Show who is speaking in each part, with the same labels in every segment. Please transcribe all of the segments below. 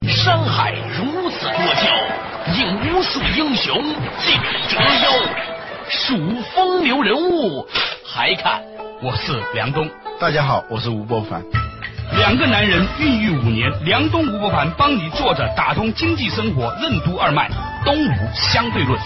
Speaker 1: 山海如此多娇，引无数英雄竞折腰。数风流人物，还看
Speaker 2: 我是梁东。
Speaker 3: 大家好，我是吴伯凡。
Speaker 2: 两个男人孕育五年，梁东吴伯凡帮你坐着打通经济生活任督二脉，东吴相对论。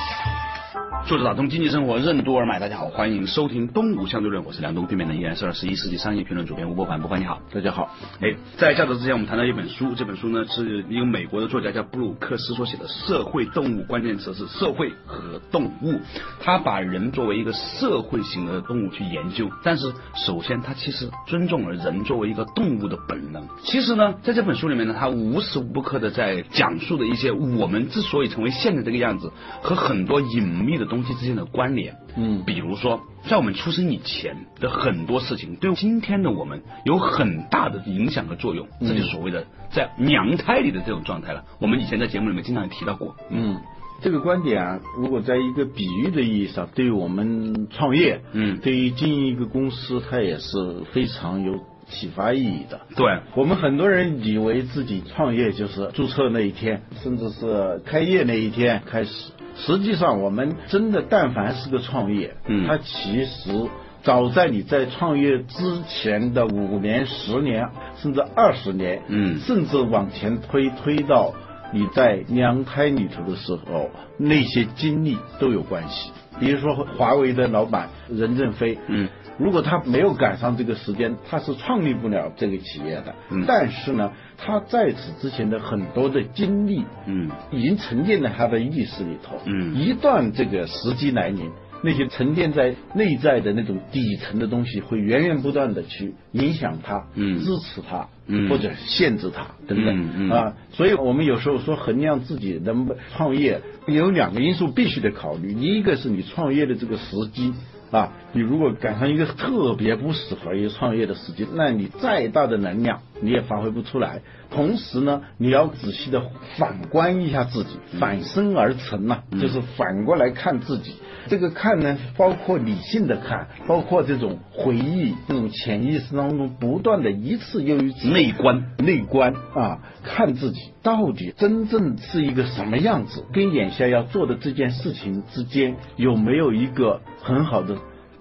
Speaker 4: 作者打通经济生活任督二脉，大家好，欢迎收听《东吴相对论》，我是梁东，对面的依然是二十一世纪商业评论主编吴伯凡，伯凡你好，
Speaker 3: 大家好。
Speaker 4: 哎，在较早之前，我们谈到一本书，这本书呢是一个美国的作家叫布鲁克斯所写的《社会动物》，关键词是社会和动物。他把人作为一个社会型的动物去研究，但是首先他其实尊重了人作为一个动物的本能。其实呢，在这本书里面呢，他无时无刻的在讲述的一些我们之所以成为现在这个样子，和很多隐秘的东。东西之间的关联，嗯，比如说，在我们出生以前的很多事情，对今天的我们有很大的影响和作用，这就是所谓的在娘胎里的这种状态了。我们以前在节目里面经常提到过，
Speaker 3: 嗯。这个观点啊，如果在一个比喻的意义上，对于我们创业，嗯，对于经营一个公司，它也是非常有启发意义的。
Speaker 4: 对，
Speaker 3: 我们很多人以为自己创业就是注册那一天，甚至是开业那一天开始。实际上，我们真的但凡是个创业，嗯，它其实。早在你在创业之前的五年、十年，甚至二十年，嗯，甚至往前推，推到。你在娘胎里头的时候，那些经历都有关系。比如说华为的老板任正非，嗯，如果他没有赶上这个时间，他是创立不了这个企业的。嗯，但是呢，他在此之前的很多的经历，嗯，已经沉淀在他的意识里头。嗯，一旦这个时机来临。那些沉淀在内在的那种底层的东西，会源源不断的去影响他，嗯，支持他，嗯，或者限制他，等等、嗯嗯、啊。所以我们有时候说衡量自己能创业，有两个因素必须得考虑，一个是你创业的这个时机啊，你如果赶上一个特别不适合于创业的时机，那你再大的能量你也发挥不出来。同时呢，你要仔细的反观一下自己，反身而成呐、啊，嗯、就是反过来看自己。这个看呢，包括理性的看，包括这种回忆、这种潜意识当中不断的一次又一次
Speaker 4: 内观、
Speaker 3: 内观啊，看自己到底真正是一个什么样子，跟眼下要做的这件事情之间有没有一个很好的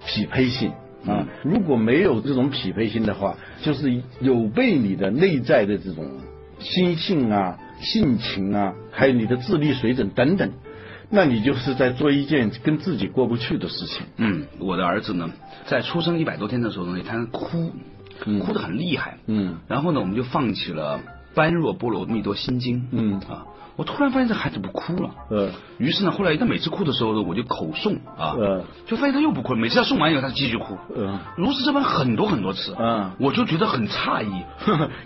Speaker 3: 匹配性。啊，如果没有这种匹配性的话，就是有悖你的内在的这种心性啊、性情啊，还有你的智力水准等等，那你就是在做一件跟自己过不去的事情。
Speaker 4: 嗯，我的儿子呢，在出生一百多天的时候呢，他哭，哭得很厉害。嗯，然后呢，我们就放起了《般若波罗蜜多心经》。嗯啊。我突然发现这孩子不哭了，
Speaker 3: 呃
Speaker 4: 嗯，于是呢，后来他每次哭的时候呢，我就口诵啊，嗯，就发现他又不哭，每次他诵完以后，他继续哭，嗯，如是这般很多很多次，嗯，我就觉得很诧异，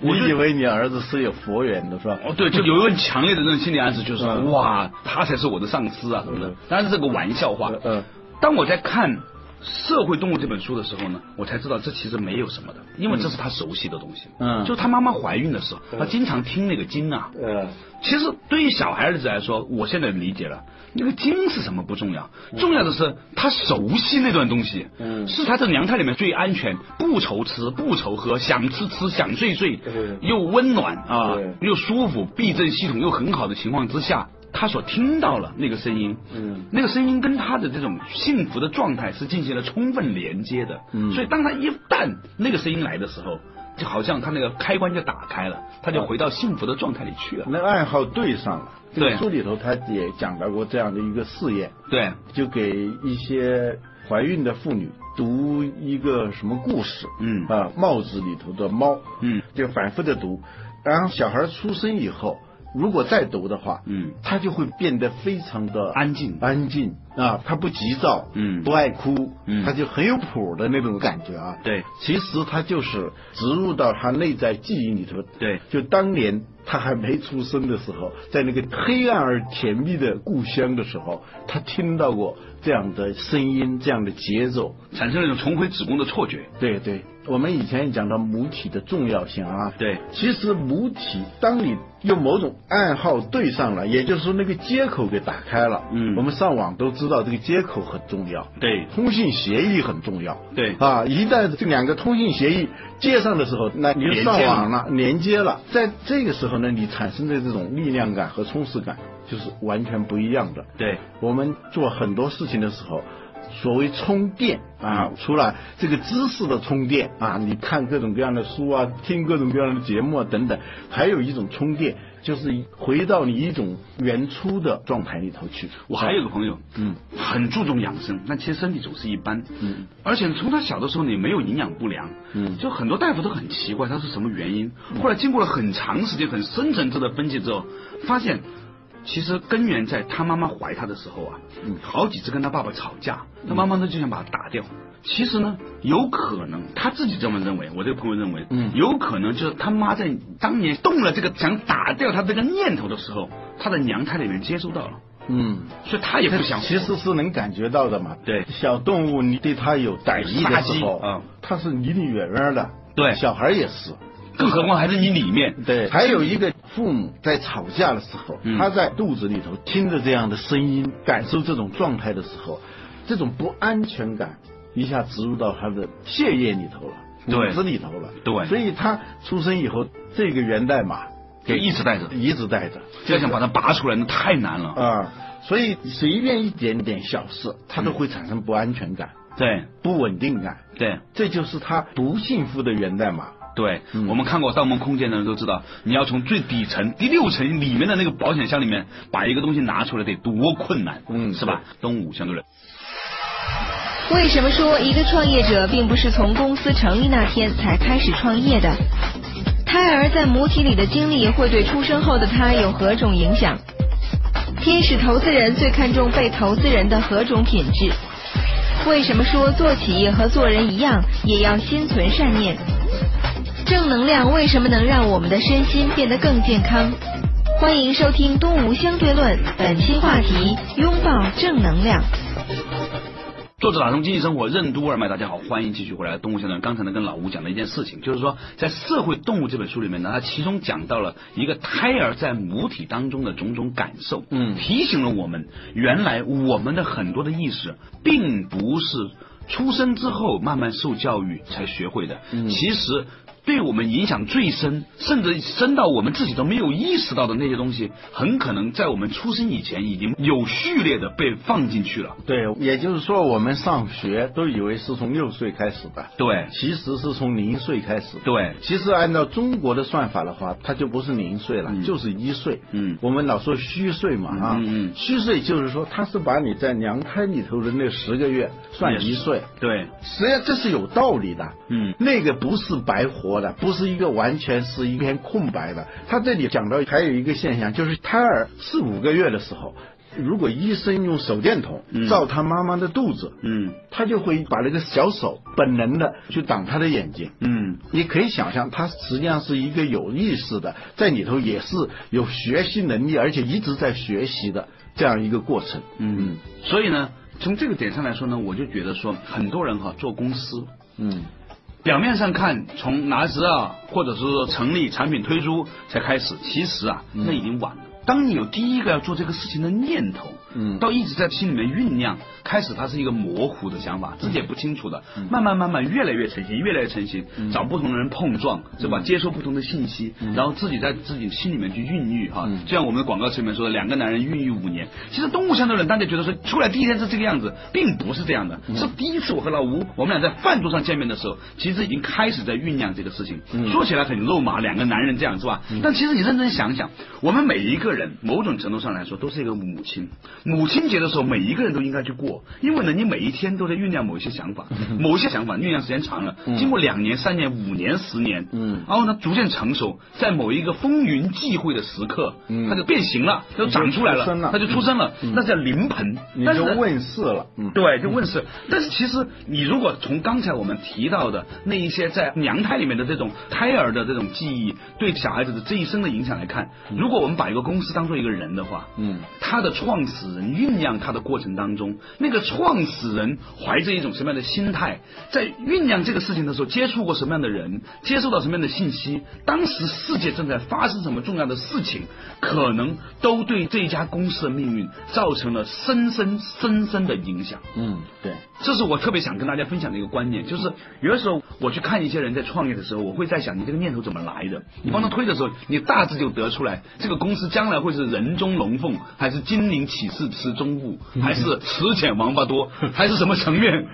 Speaker 3: 我以为 你儿子是有佛缘的是吧？
Speaker 4: 哦，对，就有一个强烈的那种心理暗示，就是哇，他才是我的上司啊什么的，当然是个玩笑话，嗯，当我在看。《社会动物》这本书的时候呢，我才知道这其实没有什么的，因为这是他熟悉的东西。嗯，就他妈妈怀孕的时候，他经常听那个经啊。嗯，其实对于小孩子来说，我现在理解了，那个经是什么不重要，重要的是他熟悉那段东西。嗯，是他在娘胎里面最安全，不愁吃，不愁喝，想吃吃，想睡睡，又温暖啊，又舒服，避震系统又很好的情况之下。他所听到了那个声音，嗯，那个声音跟他的这种幸福的状态是进行了充分连接的，嗯，所以当他一旦那个声音来的时候，就好像他那个开关就打开了，他就回到幸福的状态里去了。
Speaker 3: 那爱好对上了。这个书里头他也讲到过这样的一个试验，
Speaker 4: 对，
Speaker 3: 就给一些怀孕的妇女读一个什么故事，嗯，啊，帽子里头的猫，嗯，就反复的读，然后小孩出生以后。如果再读的话，嗯，他就会变得非常的
Speaker 4: 安静，
Speaker 3: 安静啊，他不急躁，嗯，不爱哭，嗯，他就很有谱的那种感觉啊。
Speaker 4: 对，
Speaker 3: 其实他就是植入到他内在记忆里头。
Speaker 4: 对，
Speaker 3: 就当年他还没出生的时候，在那个黑暗而甜蜜的故乡的时候，他听到过这样的声音，这样的节奏，
Speaker 4: 产生了一种重回子宫的错觉。
Speaker 3: 对对。我们以前讲到母体的重要性啊，
Speaker 4: 对，
Speaker 3: 其实母体，当你用某种暗号对上了，也就是说那个接口给打开了，嗯，我们上网都知知道这个接口很重要，
Speaker 4: 对
Speaker 3: 通信协议很重要，
Speaker 4: 对
Speaker 3: 啊，一旦这两个通信协议接上的时候，那你就上网了，连接了，在这个时候呢，你产生的这种力量感和充实感就是完全不一样的。
Speaker 4: 对，
Speaker 3: 我们做很多事情的时候。所谓充电啊，除了这个知识的充电啊，你看各种各样的书啊，听各种各样的节目啊等等，还有一种充电就是回到你一种原初的状态里头去。
Speaker 4: 我还有个朋友，
Speaker 3: 嗯，
Speaker 4: 很注重养生，但其实身体总是一般，
Speaker 3: 嗯，
Speaker 4: 而且从他小的时候你没有营养不良，
Speaker 3: 嗯
Speaker 4: 就很多大夫都很奇怪他是什么原因，后来经过了很长时间很深层次的分析之后，发现。其实根源在他妈妈怀他的时候啊，
Speaker 3: 嗯
Speaker 4: 好几次跟他爸爸吵架，他妈妈呢就想把他打掉。其实呢，有可能他自己这么认为，我这个朋友认为，
Speaker 3: 嗯
Speaker 4: 有可能就是他妈在当年动了这个想打掉他这个念头的时候，他的娘胎里面接收到了，
Speaker 3: 嗯，
Speaker 4: 所以他也不想活。
Speaker 3: 其实是能感觉到的嘛。
Speaker 4: 对
Speaker 3: 小动物你对它有歹意的时候，
Speaker 4: 杀机嗯
Speaker 3: 它是离你远远的。
Speaker 4: 对
Speaker 3: 小孩也是。
Speaker 4: 更何况还是你里面。
Speaker 3: 对，还有一个父母在吵架的时候，
Speaker 4: 嗯
Speaker 3: 他在肚子里头听着这样的声音，感受这种状态的时候，这种不安全感一下植入到他的血液里头了，
Speaker 4: 对
Speaker 3: 骨子里头了。
Speaker 4: 对
Speaker 3: 所以他出生以后，这个源代码
Speaker 4: 就一直带着
Speaker 3: 一直带着。
Speaker 4: 要想把它拔出来，那太难了。
Speaker 3: 啊、所以随便一点点小事，他都会产生不安全感、
Speaker 4: 对
Speaker 3: 不稳定感，
Speaker 4: 对
Speaker 3: 这就是他不幸福的源代码。
Speaker 4: 对，
Speaker 3: 嗯
Speaker 4: 我们看过《盗梦空间》的人都知道，你要从最底层第六层里面的那个保险箱里面把一个东西拿出来，得多困难，
Speaker 3: 嗯
Speaker 4: 是吧？东吴相对论，
Speaker 5: 为什么说一个创业者并不是从公司成立那天才开始创业的？胎儿在母体里的经历会对出生后的他有何种影响？天使投资人最看重被投资人的何种品质？为什么说做企业和做人一样，也要心存善念？正能量为什么能让我们的身心变得更健康？欢迎收听《东吴相对论》，本期话题：拥抱正能量。
Speaker 4: 作者打通经济生活任督二脉，大家好，欢迎继续回来。动物相对论刚才呢跟老吴讲了一件事情，就是说在《社会动物》这本书里面呢，它其中讲到了一个胎儿在母体当中的种种感受，
Speaker 3: 嗯
Speaker 4: 提醒了我们，原来我们的很多的意识并不是出生之后慢慢受教育才学会的，
Speaker 3: 嗯
Speaker 4: 其实。对我们影响最深，甚至深到我们自己都没有意识到的那些东西，很可能在我们出生以前已经有序列的被放进去了。
Speaker 3: 对，也就是说，我们上学都以为是从六岁开始的，
Speaker 4: 对，
Speaker 3: 其实是从零岁开始。
Speaker 4: 对
Speaker 3: 其实按照中国的算法的话，它就不是零岁了，
Speaker 4: 嗯
Speaker 3: 就是一岁。
Speaker 4: 嗯
Speaker 3: 我们老说虚岁嘛啊，
Speaker 4: 嗯嗯嗯
Speaker 3: 虚岁就是说它是把你在娘胎里头的那十个月算一岁。
Speaker 4: 对，
Speaker 3: 实际上这是有道理的，
Speaker 4: 嗯
Speaker 3: 那个不是白活的，不是一个完全是一片空白的。他这里讲到还有一个现象，就是胎儿四五个月的时候，如果医生用手电筒
Speaker 4: 嗯
Speaker 3: 照他妈妈的肚子，
Speaker 4: 嗯
Speaker 3: 他就会把那个小手本能的去挡他的眼睛。
Speaker 4: 嗯，
Speaker 3: 你可以想象，他实际上是一个有意识的，在里头也是有学习能力，而且一直在学习的这样一个过程。
Speaker 4: 嗯，所以呢，从这个点上来说呢，我就觉得说，很多人哈做公司，
Speaker 3: 嗯
Speaker 4: 表面上看从拿职啊，或者是说成立产品推出才开始，其实啊，
Speaker 3: 嗯
Speaker 4: 那已经晚了。当你有第一个要做这个事情的念头，
Speaker 3: 嗯
Speaker 4: 到一直在心里面酝酿，开始它是一个模糊的想法，自己也不清楚的，
Speaker 3: 嗯
Speaker 4: 慢慢慢慢越来越成型，越来越成型，找不同的人碰撞，
Speaker 3: 嗯
Speaker 4: 是吧？接收不同的信息，然后自己在自己心里面去孕育哈。
Speaker 3: 嗯
Speaker 4: 就像我们的广告词里面说的，两个男人孕育五年。其实动物相对论，大家觉得说出来第一天是这个样子，并不是这样
Speaker 3: 嗯
Speaker 4: 的。是第一次我和老吴，我们俩在饭桌上见面的时候，其实已经开始在酝酿这个事情。
Speaker 3: 嗯
Speaker 4: 说起来很肉麻，两个男人这样是吧？但其实你认真想想，我们每一个人某种程度上来说都是一个母亲。母亲节的时候，每一个人都应该去过，因为呢，你每一天都在酝酿某一些想法，某一些想法酝酿时间长了，
Speaker 3: 嗯
Speaker 4: 经过两年、三年、五年、十年，
Speaker 3: 嗯
Speaker 4: 然后呢，逐渐成熟，在某一个风云际会的时刻，
Speaker 3: 嗯
Speaker 4: 它就变形了，它就长出来
Speaker 3: 它就
Speaker 4: 了
Speaker 3: 出生了，嗯
Speaker 4: 它就出生了，那叫临盆。
Speaker 3: 你
Speaker 4: 但是
Speaker 3: 就
Speaker 4: 呢
Speaker 3: 问世了。嗯，
Speaker 4: 对，就问世。但是其实你如果从刚才我们提到的那一些在娘胎里面的这种胎儿的这种记忆，对小孩子的这一生的影响来看，如果我们把一个公司当做一个人的话，
Speaker 3: 嗯，
Speaker 4: 他的创始始人酝酿它的过程当中，那个创始人怀着一种什么样的心态，在酝酿这个事情的时候，接触过什么样的人，接受到什么样的信息，当时世界正在发生什么重要的事情，可能都对这家公司的命运造成了深深深深的影响。
Speaker 3: 嗯，对，
Speaker 4: 这是我特别想跟大家分享的一个观念，就是有的时候我去看一些人在创业的时候，我会在想你这个念头怎么来的。你帮他推的时候，你大致就得出来这个公司将来会是人中龙凤，还是金鳞岂是池中物，还是池浅王八多，还是什么层面，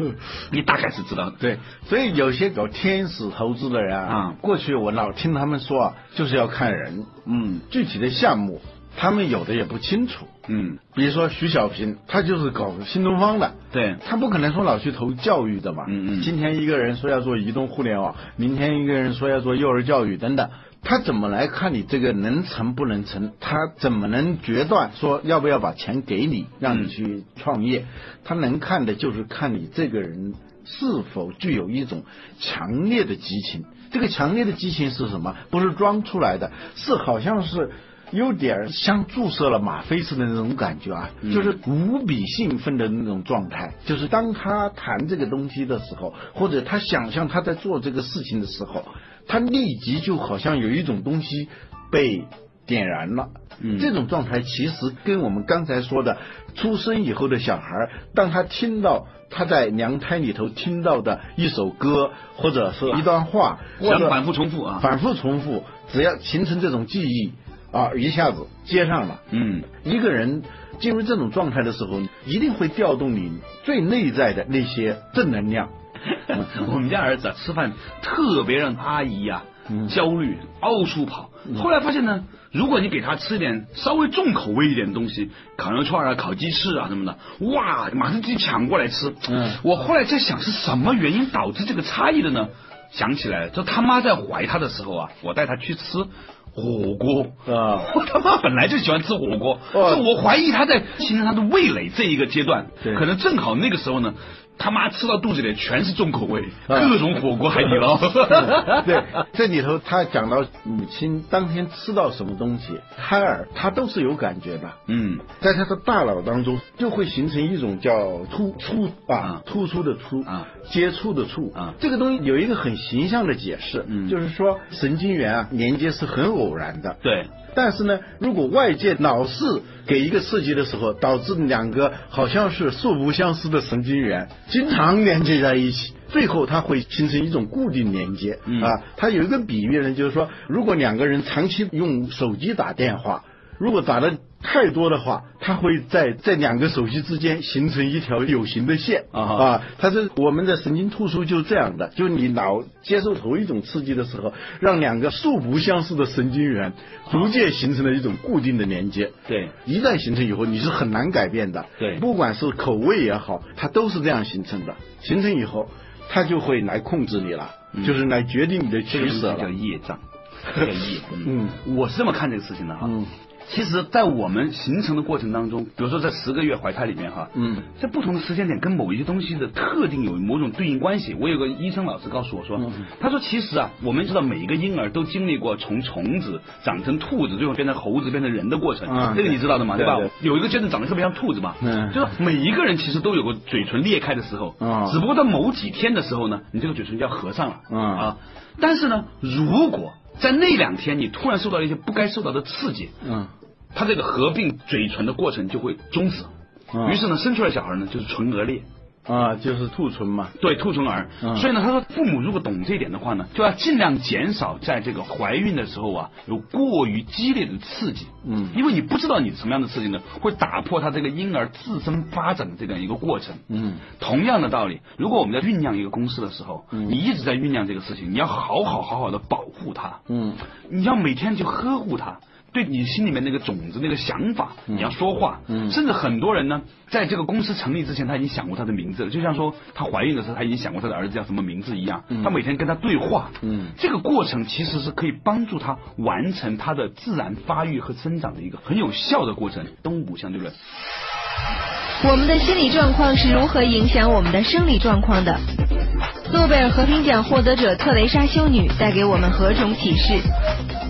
Speaker 4: 你大概是知道的。
Speaker 3: 对，所以有些搞天使投资的人啊
Speaker 4: 啊，
Speaker 3: 过去我老听他们说，啊，就是要看人，
Speaker 4: 嗯
Speaker 3: 具体的项目他们有的也不清楚。
Speaker 4: 嗯，
Speaker 3: 比如说徐小平，他就是搞新东方的，
Speaker 4: 对
Speaker 3: 他不可能说老去投教育的嘛。
Speaker 4: 嗯嗯
Speaker 3: 今天一个人说要做移动互联网，明天一个人说要做幼儿教育等等，他怎么来看你这个能成不能成？他怎么能决断说要不要把钱给你，让你去创业？
Speaker 4: 嗯
Speaker 3: 他能看的就是看你这个人。是否具有一种强烈的激情？这个强烈的激情是什么？不是装出来的，是好像是有点儿像注射了吗啡似的那种感觉啊，
Speaker 4: 嗯
Speaker 3: 就是无比兴奋的那种状态。就是当他谈这个东西的时候，或者他想象他在做这个事情的时候，他立即就好像有一种东西被点燃了。
Speaker 4: 嗯
Speaker 3: 这种状态其实跟我们刚才说的出生以后的小孩儿，当他听到他在娘胎里头听到的一首歌，或者是一段话，或
Speaker 4: 啊想
Speaker 3: 者
Speaker 4: 反复重复啊。
Speaker 3: 反复重复，只要形成这种记忆啊，一下子接上了。
Speaker 4: 嗯
Speaker 3: 一个人进入这种状态的时候，一定会调动你最内在的那些正 能量。
Speaker 4: 我们家儿子啊，吃饭特别让阿姨啊
Speaker 3: 嗯
Speaker 4: 焦虑，到处跑。后来发现呢，如果你给他吃一点稍微重口味一点的东西，烤羊肉串啊、烤鸡翅啊什么的，哇，马上自己抢过来吃。
Speaker 3: 嗯
Speaker 4: 我后来在想是什么原因导致这个差异的呢？想起来了，就他妈在怀他的时候啊，我带他去吃火锅。
Speaker 3: 啊
Speaker 4: 我他妈本来就喜欢吃火锅，
Speaker 3: 哦
Speaker 4: 这我怀疑他在形成他的味蕾这一个阶段，
Speaker 3: 对
Speaker 4: 可能正好那个时候呢，他妈吃到肚子里全是重口味，
Speaker 3: 啊
Speaker 4: 各种火锅、海底捞。
Speaker 3: 对，这里头他讲到母亲当天吃到什么东西，胎儿他都是有感觉的。
Speaker 4: 嗯
Speaker 3: 在他的大脑当中就会形成一种叫突出啊
Speaker 4: 啊，
Speaker 3: 突出的突
Speaker 4: 啊，
Speaker 3: 接触的触
Speaker 4: 啊
Speaker 3: 这个东西有一个很形象的解释，
Speaker 4: 嗯
Speaker 3: 就是说神经元啊连接是很偶然的，
Speaker 4: 对。
Speaker 3: 但是呢，如果外界老是给一个刺激的时候，导致两个好像是素不相识的神经元经常连接在一起，最后它会形成一种固定连接。
Speaker 4: 嗯
Speaker 3: 啊，它有一个比喻呢，就是说，如果两个人长期用手机打电话，如果打的太多的话，它会在在两个手机之间形成一条有形的线
Speaker 4: 啊
Speaker 3: 啊，它是我们的神经突触就是这样的，就是你脑接受同一种刺激的时候，让两个素不相识的神经元逐渐形成了一种固定的连接。
Speaker 4: 对，
Speaker 3: 一旦形成以后，你是很难改变的。
Speaker 4: 对
Speaker 3: 不管是口味也好，它都是这样形成的。形成以后，它就会来控制你了，就是来决定你的
Speaker 4: 嗯这
Speaker 3: 取
Speaker 4: 个东西
Speaker 3: 舍
Speaker 4: 叫
Speaker 3: 了。
Speaker 4: 业障，这叫业。
Speaker 3: 嗯，
Speaker 4: 我是这么看这个事情的哈。
Speaker 3: 嗯
Speaker 4: 其实，在我们形成的过程当中，比如说在十个月怀胎里面哈，
Speaker 3: 嗯，
Speaker 4: 在不同的时间点跟某一些东西的特定有某种对应关系。我有个医生老师告诉我说，
Speaker 3: 嗯
Speaker 4: 他说其实啊，我们知道每一个婴儿都经历过从虫子长成兔子，最后变成猴子，变成人的过程，
Speaker 3: 嗯
Speaker 4: 这个你知道的嘛，
Speaker 3: 对
Speaker 4: 吧
Speaker 3: 对？
Speaker 4: 有一个阶段长得特别像兔子嘛，
Speaker 3: 嗯
Speaker 4: 就是每一个人其实都有个嘴唇裂开的时候，
Speaker 3: 嗯
Speaker 4: 只不过到某几天的时候呢，你这个嘴唇就要合上了，
Speaker 3: 嗯
Speaker 4: 啊，但是呢，如果在那两天你突然受到了一些不该受到的刺激，
Speaker 3: 嗯，
Speaker 4: 它这个合并嘴唇的过程就会终止。
Speaker 3: 嗯
Speaker 4: 于是呢，生出来小孩呢就是唇腭裂，
Speaker 3: 啊，就是兔唇嘛。
Speaker 4: 对，兔唇儿。
Speaker 3: 嗯
Speaker 4: 所以呢，他说父母如果懂这一点的话呢，就要尽量减少在这个怀孕的时候啊有过于激烈的刺激。
Speaker 3: 嗯
Speaker 4: 因为你不知道你什么样的刺激呢，会打破他这个婴儿自身发展的这样一个过程。
Speaker 3: 嗯
Speaker 4: 同样的道理，如果我们在酝酿一个公司的时候，
Speaker 3: 嗯
Speaker 4: 你一直在酝酿这个事情，你要好好好好的保护它，
Speaker 3: 嗯
Speaker 4: 你要每天去呵护它。对你心里面那个种子、那个想法，你要说话，
Speaker 3: 嗯
Speaker 4: 甚至很多人呢，在这个公司成立之前，他已经想过他的名字了，就像说她怀孕的时候，她已经想过她的儿子叫什么名字一样。她每天跟他对话，
Speaker 3: 嗯
Speaker 4: 这个过程其实是可以帮助她完成她的自然发育和生长的一个很有效的过程。东吴相对论，
Speaker 5: 我们的心理状况是如何影响我们的生理状况的？诺贝尔和平奖获得者特蕾莎修女带给我们何种启示？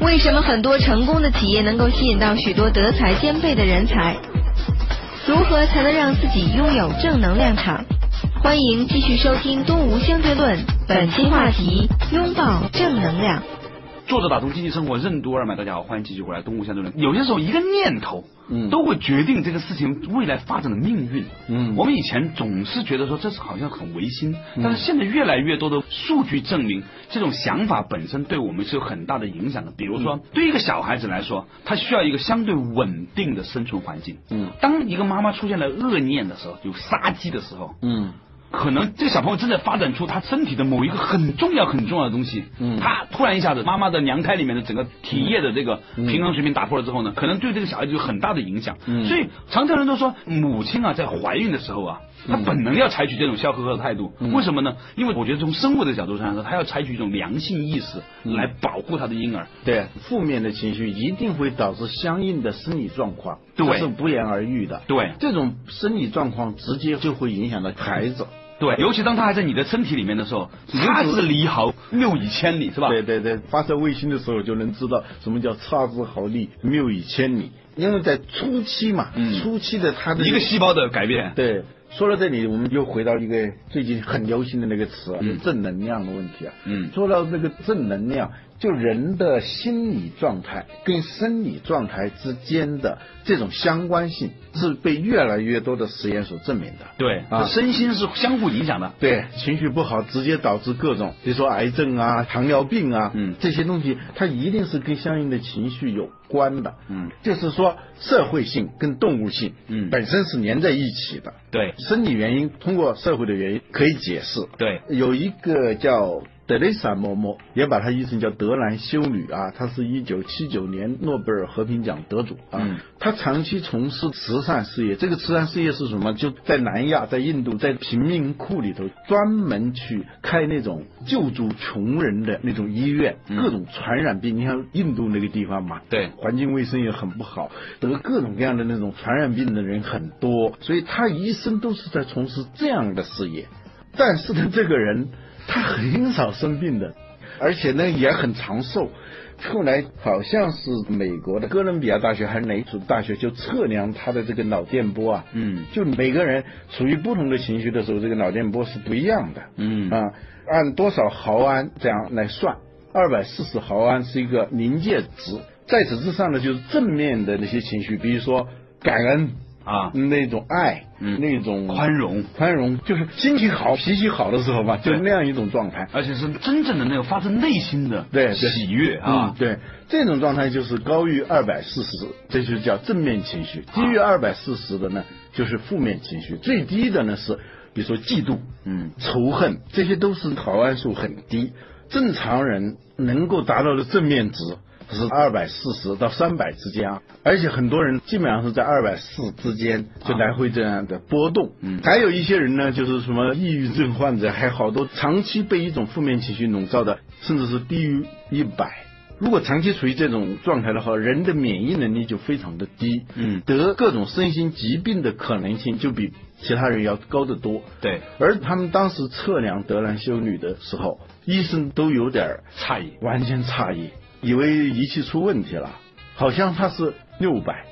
Speaker 5: 为什么很多成功的企业能够吸引到许多德才兼备的人才？如何才能让自己拥有正能量场？欢迎继续收听《东吴相对论》，本期话题：拥抱正能量。
Speaker 4: 作者打通经济生活任督二脉，大家好，欢迎继续回来《东吴相对论》。有些时候，一个念头，嗯，都会决定这个事情未来发展的命运。嗯，我嗯们以前总是觉得说这是好像很违心，但是现在越来越多的数据证明，这种想法本身对我们是有很大的影响的。比如说，对一个小孩子来说，他需要一个相对稳定的生存环境。嗯，当一个妈妈出现了恶念的时候，有杀机的时候，嗯。可能这个小朋友正在发展出他身体的某一个很重要很重要的东西，嗯，他突然一下子妈妈的娘胎里面的整个体液的这个平衡水平打破了之后呢，可能对这个小孩子有很大的影响，嗯，所以常常人都说母亲啊在怀孕的时候啊，她本能要采取这种笑呵呵的态度，为什么呢？因为我觉得从生物的角度上来说，她要采取一种良性意识来保护她的婴儿，
Speaker 3: 对，负面的情绪一定会导致相应的生理状况，
Speaker 4: 对
Speaker 3: 这是不言而喻的，
Speaker 4: 对
Speaker 3: 这种生理状况直接就会影响到孩子。
Speaker 4: 对，尤其当他还在你的身体里面的时候，他是离毫谬以千里，是吧？
Speaker 3: 对对对，发射卫星的时候就能知道什么叫差之毫厘，谬以千里。因为在初期嘛，
Speaker 4: 嗯
Speaker 3: 初期的他的
Speaker 4: 一个细胞的改变。
Speaker 3: 对。说到这里，我们又回到一个最近很流行的那个词，嗯、正能量的问题啊。
Speaker 4: 嗯
Speaker 3: 说到这个正能量，就人的心理状态跟生理状态之间的这种相关性，是被越来越多的实验所证明的。
Speaker 4: 对，
Speaker 3: 啊
Speaker 4: 身心是相互影响的。
Speaker 3: 对，情绪不好直接导致各种，比如说癌症啊、糖尿病啊，
Speaker 4: 嗯
Speaker 3: 这些东西它一定是跟相应的情绪有关的，
Speaker 4: 嗯，
Speaker 3: 就是说社会性跟动物性，
Speaker 4: 嗯
Speaker 3: 本身是连在一起的，
Speaker 4: 对
Speaker 3: 生理原因通过社会的原因可以解释，
Speaker 4: 对，
Speaker 3: 有一个叫德蕾莎·莫莫，也把她译成叫德兰修女啊，她是一九七九年诺贝尔和平奖得主啊。
Speaker 4: 嗯
Speaker 3: 她长期从事慈善事业，这个慈善事业是什么？就在南亚，在印度，在贫民窟里头专门去开那种救助穷人的那种医院，
Speaker 4: 嗯
Speaker 3: 各种传染病。你看印度那个地方嘛，
Speaker 4: 对
Speaker 3: 环境卫生也很不好，得各种各样的那种传染病的人很多，所以他一生都是在从事这样的事业。但是呢，这个人他很少生病的，而且呢也很长寿。后来好像是美国的哥伦比亚大学还是哪一所大学就测量他的这个脑电波啊，
Speaker 4: 嗯
Speaker 3: 就每个人处于不同的情绪的时候，这个脑电波是不一样的，
Speaker 4: 嗯
Speaker 3: 啊，按多少毫安这样来算，二百四十毫安是一个临界值，在此之上呢，就是正面的那些情绪，比如说感恩
Speaker 4: 啊
Speaker 3: 那种爱，
Speaker 4: 嗯
Speaker 3: 那种
Speaker 4: 宽容
Speaker 3: 宽容就是心情好、脾气好的时候吧，就
Speaker 4: 对
Speaker 3: 那样一种状态。
Speaker 4: 而且是真正的那个发自内心的
Speaker 3: 对对
Speaker 4: 喜悦啊
Speaker 3: 嗯，，对，这种状态就是高于二百四十，这就叫正面情绪；
Speaker 4: 啊
Speaker 3: 低于二百四十的呢，就是负面情绪；最低的呢是，比如说嫉妒、
Speaker 4: 嗯
Speaker 3: 仇恨，这些都是毫安数很低。正常人能够达到的正面值是二百四十到三百之间啊，而且很多人基本上是在二百四之间就来回这样的波动。
Speaker 4: 嗯
Speaker 3: 还有一些人呢，就是什么抑郁症患者，还好多长期被一种负面情绪笼罩的，甚至是低于一百。如果长期处于这种状态的话，人的免疫能力就非常的低，
Speaker 4: 嗯
Speaker 3: 得各种身心疾病的可能性就比其他人要高得多。
Speaker 4: 对，
Speaker 3: 而他们当时测量德兰修女的时候，医生都有点儿
Speaker 4: 诧异。
Speaker 3: 完全诧异，以为仪器出问题了，好像她是六百。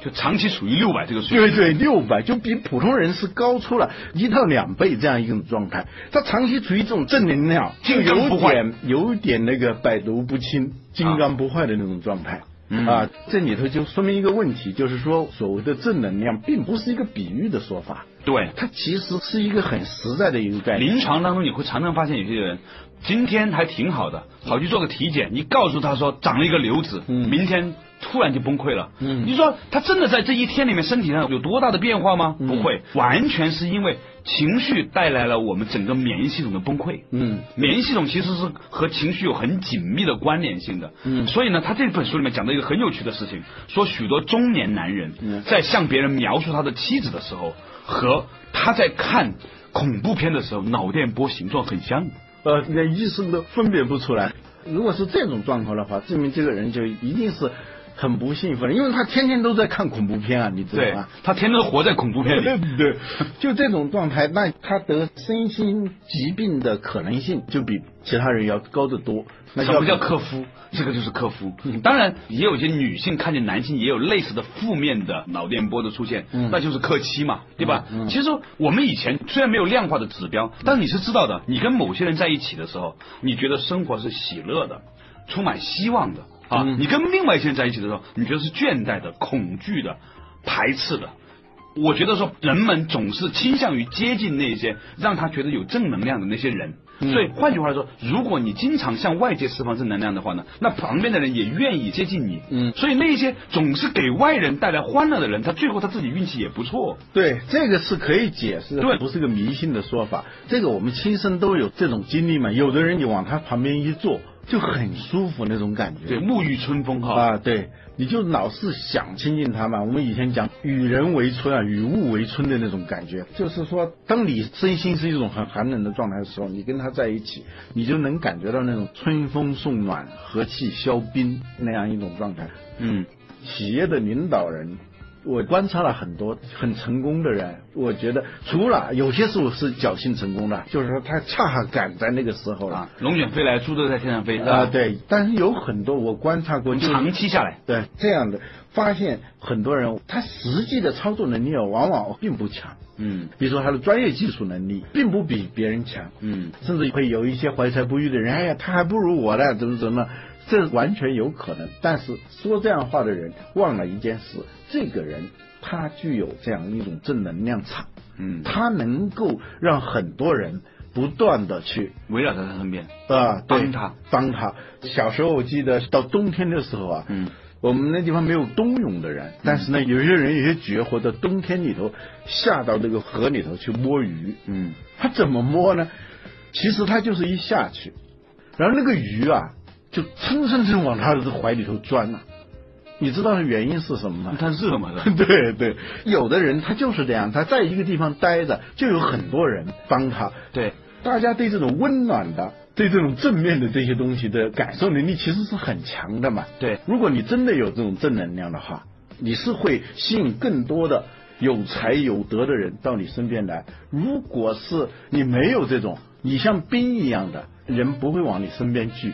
Speaker 4: 就长期处于六百这个水
Speaker 3: 对
Speaker 4: 平。
Speaker 3: 对，六百就比普通人是高出了一到两倍这样一种状态。他长期处于这种正能量，就
Speaker 4: 金刚
Speaker 3: 有
Speaker 4: 不坏
Speaker 3: 点有点那个百毒不侵、金刚不坏的那种状态。
Speaker 4: 嗯
Speaker 3: 啊，这里头就说明一个问题，就是说所谓的正能量并不是一个比喻的说法，
Speaker 4: 对
Speaker 3: 它其实是一个很实在的一个概念。
Speaker 4: 临床当中你会常常发现有些人今天还挺好的，跑去做个体检，你告诉他说长了一个瘤子，
Speaker 3: 嗯
Speaker 4: 明天突然就崩溃了。
Speaker 3: 嗯
Speaker 4: 你说他真的在这一天里面身体上有多大的变化
Speaker 3: 嗯
Speaker 4: 吗？不会，完全是因为情绪带来了我们整个免疫系统的崩溃。
Speaker 3: 嗯，
Speaker 4: 免疫系统其实是和情绪有很紧密的关联性的。
Speaker 3: 嗯
Speaker 4: 所以呢，他这本书里面讲到一个很有趣的事情，说许多中年男人
Speaker 3: 嗯
Speaker 4: 在向别人描述他的妻子的时候，和他在看恐怖片的时候脑电波形状很像。
Speaker 3: 呃，连医生都分辨不出来。如果是这种状况的话，证明这个人就一定是很不兴奋，因为他天天都在看恐怖片啊，你知道
Speaker 4: 对
Speaker 3: 吗？，
Speaker 4: 他天天活在恐怖片
Speaker 3: 对
Speaker 4: 里。
Speaker 3: 不对？就这种状态，那他得身心疾病的可能性就比其他人要高得多。那
Speaker 4: 什么叫克夫？这个就是克夫。当然，也有一些女性看见男性也有类似的负面的脑电波的出现，
Speaker 3: 嗯
Speaker 4: 那就是克妻嘛，对吧？其实我们以前虽然没有量化的指标，但你是知道的，你跟某些人在一起的时候，你觉得生活是喜乐的，充满希望的啊；
Speaker 3: 嗯
Speaker 4: 你跟另外一些人在一起的时候，你觉得是倦怠的、恐惧的、排斥的。我觉得说，人们总是倾向于接近那些让他觉得有正能量的那些人。
Speaker 3: 嗯
Speaker 4: 所以换句话说，如果你经常向外界释放正能量的话呢，那旁边的人也愿意接近你。
Speaker 3: 嗯
Speaker 4: 所以那些总是给外人带来欢乐的人，他最后他自己运气也不错。
Speaker 3: 对，这个是可以解释的，
Speaker 4: 对
Speaker 3: 不是个迷信的说法。这个我们亲身都有这种经历嘛。有的人你往他旁边一坐，就很舒服那种感觉。
Speaker 4: 对，沐浴春风哈。
Speaker 3: 嗯啊，对，你就老是想亲近他嘛。我们以前讲与人为春啊，与物为春的那种感觉，就是说，当你身心是一种很寒冷的状态的时候，你跟他在一起，你就能感觉到那种春风送暖、和气消冰那样一种状态。
Speaker 4: 嗯，
Speaker 3: 企业的领导人，我观察了很多很成功的人，我觉得除了有些时候是侥幸成功的，就是说他恰好赶在那个时候了。
Speaker 4: 啊，龙卷飞来，猪都在天上飞。
Speaker 3: 啊，，对，但是有很多我观察过，就是
Speaker 4: 长期下来，
Speaker 3: 对这样的发现，很多人他实际的操作能力往往并不强。
Speaker 4: 嗯
Speaker 3: 比如说他的专业技术能力并不比别人强，
Speaker 4: 嗯，
Speaker 3: 甚至会有一些怀才不遇的人，哎呀，他还不如我呢，怎么怎么呢，这完全有可能。但是说这样话的人忘了一件事，这个人他具有这样一种正能量场，
Speaker 4: 嗯，
Speaker 3: 他能够让很多人不断的去
Speaker 4: 围绕在他身边。
Speaker 3: 啊，对
Speaker 4: 帮他，
Speaker 3: 帮他。小时候我记得到冬天的时候啊，
Speaker 4: 嗯，
Speaker 3: 我们那地方没有冬泳的人，但是呢，有些人有些绝活到冬天里头下到这个河里头去摸鱼，
Speaker 4: 嗯，
Speaker 3: 他怎么摸呢？其实他就是一下去，然后那个鱼啊，就蹭蹭蹭往他的怀里头钻了、你知道原因是什么吗？
Speaker 4: 嗯他热嘛是吧？
Speaker 3: 对对，有的人他就是这样，他在一个地方待着，就有很多人帮他。
Speaker 4: 对，
Speaker 3: 大家对这种温暖的、对这种正面的这些东西的感受能力其实是很强的嘛。
Speaker 4: 对
Speaker 3: 如果你真的有这种正能量的话，你是会吸引更多的有才有德的人到你身边来。如果是你没有这种，你像冰一样的人不会往你身边聚，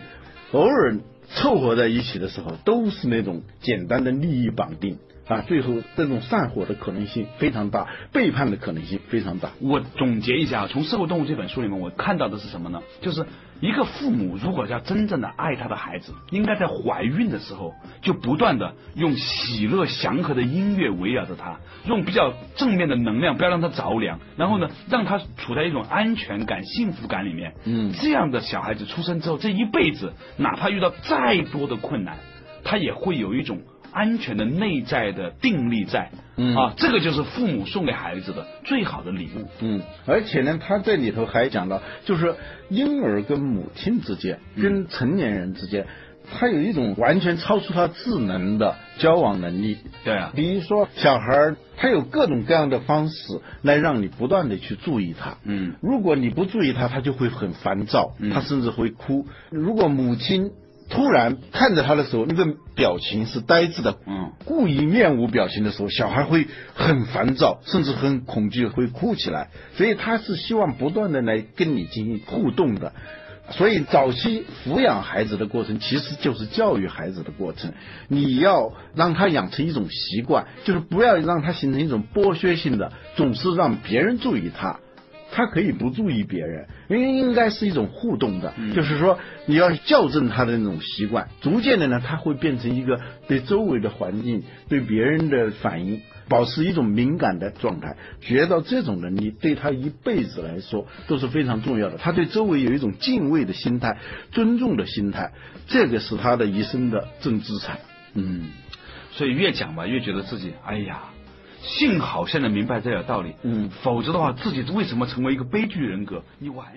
Speaker 3: 偶尔凑合在一起的时候，都是那种简单的利益绑定啊，最后这种散伙的可能性非常大，背叛的可能性非常大。
Speaker 4: 我总结一下啊，从《社会动物》这本书里面，我看到的是什么呢？就是一个父母如果要真正的爱他的孩子，应该在怀孕的时候就不断的用喜乐祥和的音乐围绕着他，用比较正面的能量，不要让他着凉，然后呢，让他处在一种安全感、幸福感里面。
Speaker 3: 嗯
Speaker 4: 这样的小孩子出生之后，这一辈子哪怕遇到再多的困难，他也会有一种安全的内在的定力在。
Speaker 3: 嗯
Speaker 4: 啊，这个就是父母送给孩子的最好的礼物。
Speaker 3: 嗯，而且呢，他这里头还讲到，就是婴儿跟母亲之间，
Speaker 4: 嗯
Speaker 3: 跟成年人之间，他有一种完全超出他智能的交往能力。
Speaker 4: 对啊，
Speaker 3: 比如说，小孩儿他有各种各样的方式来让你不断的去注意他。
Speaker 4: 嗯
Speaker 3: 如果你不注意他，他就会很烦躁，
Speaker 4: 嗯
Speaker 3: 他甚至会哭。如果母亲突然看着他的时候，那个表情是呆滞的，
Speaker 4: 嗯，
Speaker 3: 故意面无表情的时候，小孩会很烦躁，甚至很恐惧，会哭起来。所以他是希望不断的来跟你进行互动的。所以，早期抚养孩子的过程其实就是教育孩子的过程。你要让他养成一种习惯，就是不要让他形成一种剥削性的，总是让别人注意他。他可以不注意别人，因为应该是一种互动的，就是说你要校正他的那种习惯，逐渐的呢，他会变成一个对周围的环境、对别人的反应保持一种敏感的状态，学到这种能力对他一辈子来说都是非常重要的。他对周围有一种敬畏的心态、尊重的心态，这个是他的一生的正资产。
Speaker 4: 嗯，所以越讲吧，越觉得自己，哎呀，幸好现在明白这点道理，
Speaker 3: 嗯
Speaker 4: 否则的话，自己为什么成为一个悲剧人格？你完。